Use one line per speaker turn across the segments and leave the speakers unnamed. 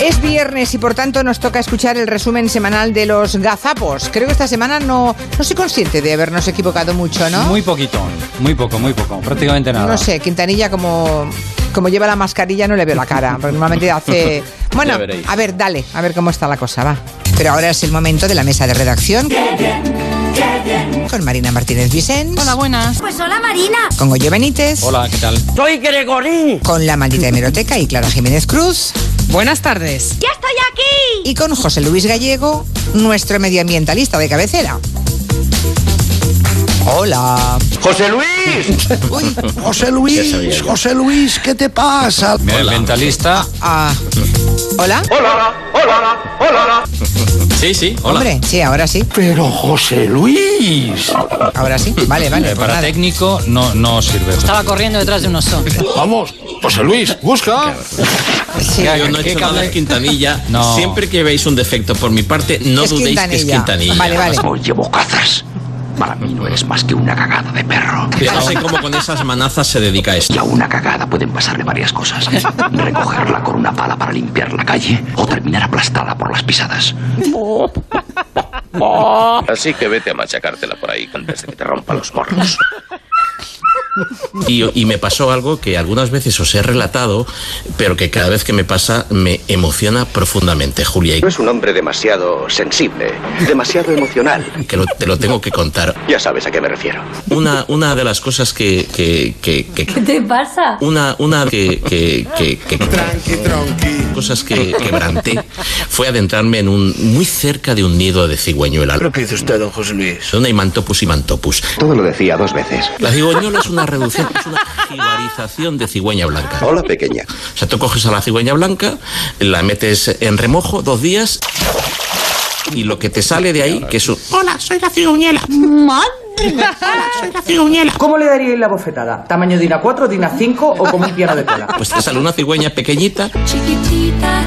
Es viernes y por tanto nos toca escuchar el resumen semanal de los gazapos. Creo que esta semana no, no soy consciente de habernos equivocado mucho, ¿no?
Muy poquito, muy poco, muy poco, prácticamente nada.
No sé, Quintanilla como, como lleva la mascarilla no le veo la cara. porque Normalmente hace... Bueno,
Ya veréis.
a ver, dale, a ver cómo está la cosa, va. Pero ahora es el momento de la mesa de redacción. Con Marina Martínez Vicens.
Hola, buenas.
Pues hola Marina.
Con Goyo Benítez.
Hola, ¿qué tal?
¡Soy Gregorín!
Con la maldita hemeroteca y Clara Jiménez Cruz.
Buenas tardes.
¡Ya estoy aquí!
Y con José Luis Gallego, nuestro medioambientalista de cabecera. Hola.
¡José Luis!
Uy,
José
Ya sabía
Luis,
yo.
José Luis, ¿qué te pasa?
Mentalista.
ah, hola.
¡Hola, hola, hola!
Sí, sí, hola.
Eh,
Hombre, sí, ahora sí,
Pero José Luis,
ahora sí. Vale, vale.
Eh,
pues
para
nada.
técnico no, no sirve.
Estaba corriendo detrás de un oso.
vamos, José Luis, busca.
Sí.
Yo no he
¿Qué
hecho nada,
cable?
es Quintanilla.
No.
Siempre que veis un defecto por mi parte, no
Es
dudéis que es
Quintanilla.
Quintanilla.
Vale, vale.
Oye, bocazas, para mí no eres más que una cagada de perro.
Yo no sé cómo con esas manazas se dedica a esto.
Y a una cagada pueden pasarle varias cosas. Recogerla con una pala para limpiar la calle o terminar aplastada por las pisadas.
Así que vete a machacártela por ahí antes de que te rompa los morros.
Y, y me pasó algo que algunas veces os he relatado, pero que cada vez que me pasa me emociona profundamente, Julia, y
No es un hombre demasiado sensible, demasiado emocional.
que lo- te lo tengo que contar.
Ya sabes a qué me refiero.
Una, una de las cosas que... que, que- que-
¿Qué te pasa?
una, una que, que, que- que- cosas que quebranté fue adentrarme en un muy cerca de un nido de cigüeñuela.
que dice usted, don José Luis?
Son Eimantopus y Mantopus.
Todo lo decía dos veces.
La cigüeñuela es una reducción, es una jibarización de cigüeña blanca.
Hola, pequeña.
O sea, tú coges a la cigüeña blanca, la metes en remojo dos días y lo que te sale de ahí, que es un... Hola, soy la cigüeñuela. Hola, soy la cigüeñuela.
¿Cómo le daríais la bofetada? ¿Tamaño DINA 4, DINA 5 o como un piano de cola?
Pues te sale una cigüeña pequeñita.
Chiquitita.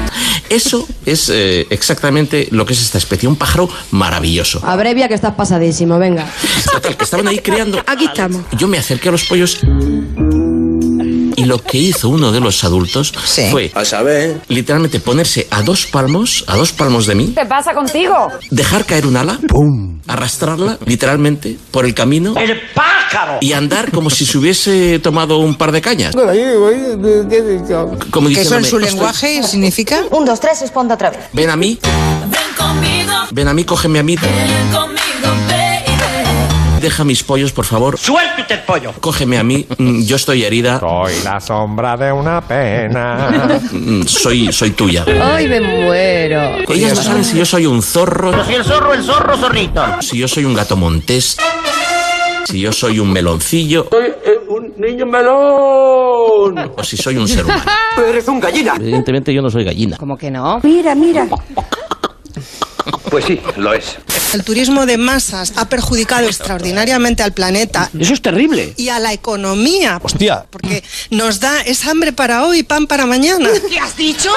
Eso es eh, exactamente lo que es esta especie, un pájaro maravilloso.
Abrevia que estás pasadísimo, venga.
Total, que estaban ahí creando.
Aquí estamos.
Yo me acerqué a los pollos y lo que hizo uno de los adultos
Sí.
fue
A saber.
literalmente ponerse a dos palmos, a dos palmos de mí,
¿Qué pasa contigo?
dejar caer un ala, arrastrarla literalmente por el camino
¡El pájaro!
y andar como si se hubiese tomado un par de cañas. Como
Que eso en
diciéndome,
su
"Ostras,
lenguaje significa.
Un, dos, tres, responda otra vez.
Ven a mí,
Ven conmigo,
ven a mí, cógeme a mí,
ven conmigo,
deja mis pollos, por favor.
¡Suéltate el pollo!
Cógeme a mí, mm, yo estoy herida,
Soy la sombra de una pena.
mm, soy, soy tuya.
Ay, me muero.
Ellas no saben si yo soy un zorro,
Si el zorro, el zorro, zorrito.
si yo soy un gato montés, si yo soy un meloncillo. Soy
eh,
un niño melón. O si soy un ser humano.
¡Eres un gallina!
Evidentemente yo no soy gallina.
¿Cómo que no?
Mira, mira.
Pues sí, lo es.
El turismo de masas ha perjudicado extraordinariamente al planeta
¡Eso es terrible!
y a la economía,
Hostia.
porque nos da es hambre para hoy, pan para mañana. ¿Qué has dicho?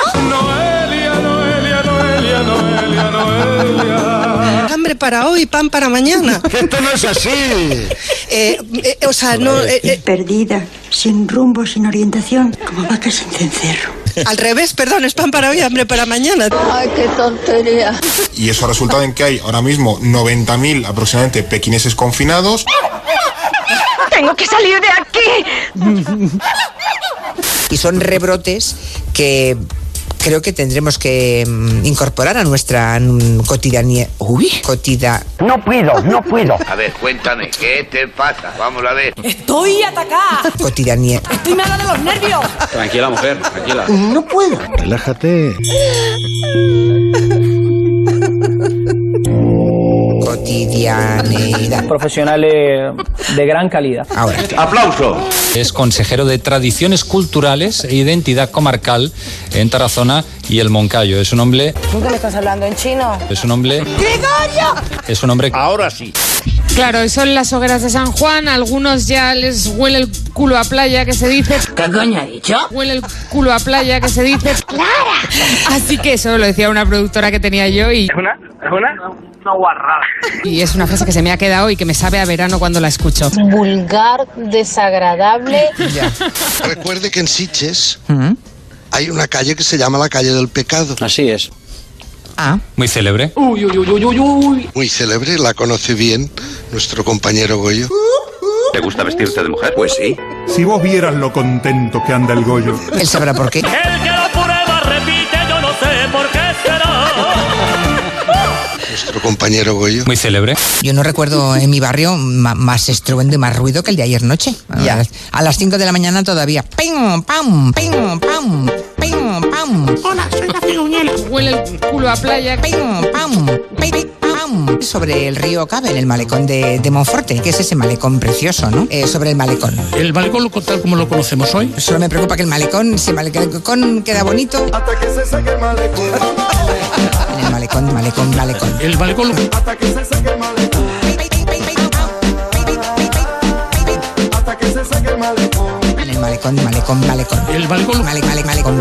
Hambre para hoy, pan para mañana.
Esto no es así.
Eh, eh, o sea, no, eh, eh,
Perdida, sin rumbo, sin orientación, como vaca sin cencerro.
al revés, perdón, es pan para hoy, hambre para mañana.
Ay, qué tontería.
Y eso ha resultado en que hay ahora mismo 90.000 aproximadamente pequineses confinados.
Tengo que salir de aquí.
Y son rebrotes que creo que tendremos que mm, incorporar a nuestra mm, cotidianía. Uy, cotida.
¡No puedo, no puedo!
A ver, cuéntame, ¿qué te pasa? Vamos a ver.
Estoy atacada.
Cotidianía.
Estoy mala de los nervios.
Tranquila, mujer, tranquila.
Relájate.
Cotidianidad.
Profesionales de gran calidad.
Ahora.
¡Aplauso!
Es consejero de Tradiciones Culturales e Identidad Comarcal en Tarazona y el Moncayo. Es un hombre,
¿Nunca me estás hablando en chino?
es un hombre,
¡Gregorio!
es un hombre
Ahora sí.
Claro, y son las hogueras de San Juan. Algunos ya les huele el culo a playa, que se dice.
¿Qué coño ha dicho?
Huele el culo a playa, que se dice. ¡Clara! Así que eso lo decía una productora que tenía yo y.
¿Es una? ¿Es una? Una guarrada.
Y es una frase que se me ha quedado y que me sabe a verano cuando la escucho.
Vulgar, desagradable.
Ya.
Recuerde que en Sitges
hay una calle que se llama la calle del pecado. Así es.
Ah.
Muy célebre.
Uy, uy, uy, uy, uy, Muy célebre, la conoce bien nuestro compañero Goyo.
¿Te gusta vestirte de mujer?
Pues sí.
Si vos vieras lo contento que anda el Goyo.
Él sabrá por qué.
El que lo prueba repite, yo no sé por qué será.
Nuestro compañero Goyo.
Muy célebre.
Yo no recuerdo en mi barrio ma- más estruendo y más ruido que el de ayer noche. A las- A las 5 de la mañana todavía. ¡Pim, pam! ¡Pim, pam! ¡Pim, pam! Hola, soy la ciruñela.
Huele el culo a playa.
¡Pim, pam! ¡Pim, pam! Sobre el río Cabe, en el malecón de, de Monforte, que es ese malecón precioso, ¿no? Eh, sobre el malecón.
El malecón lo tal como lo conocemos hoy.
Solo me preocupa que el malecón, si el malecón queda bonito. Hasta que se saque el malecón. en el malecón, malecón, malecón.
El malecón lo...
Hasta que se saque el malecón. Hasta que se saque el malecón. En el malecón, malecón, malecón.
El malecón.
Male, male, malecón.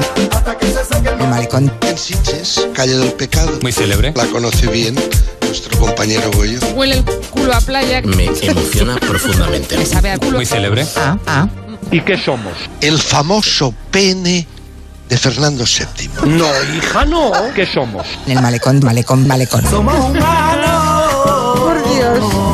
El malecón.
En Sitges, calle del pecado.
Muy célebre.
La conoce bien nuestro compañero Goyo.
Huele el culo a playa.
Me emociona profundamente.
Me sabe a culo.
célebre.
Ah, ah.
¿Y qué somos? El famoso pene de Fernando VII. No, hija, no. ¿Qué somos?
En el malecón, malecón, malecón.
Por Dios.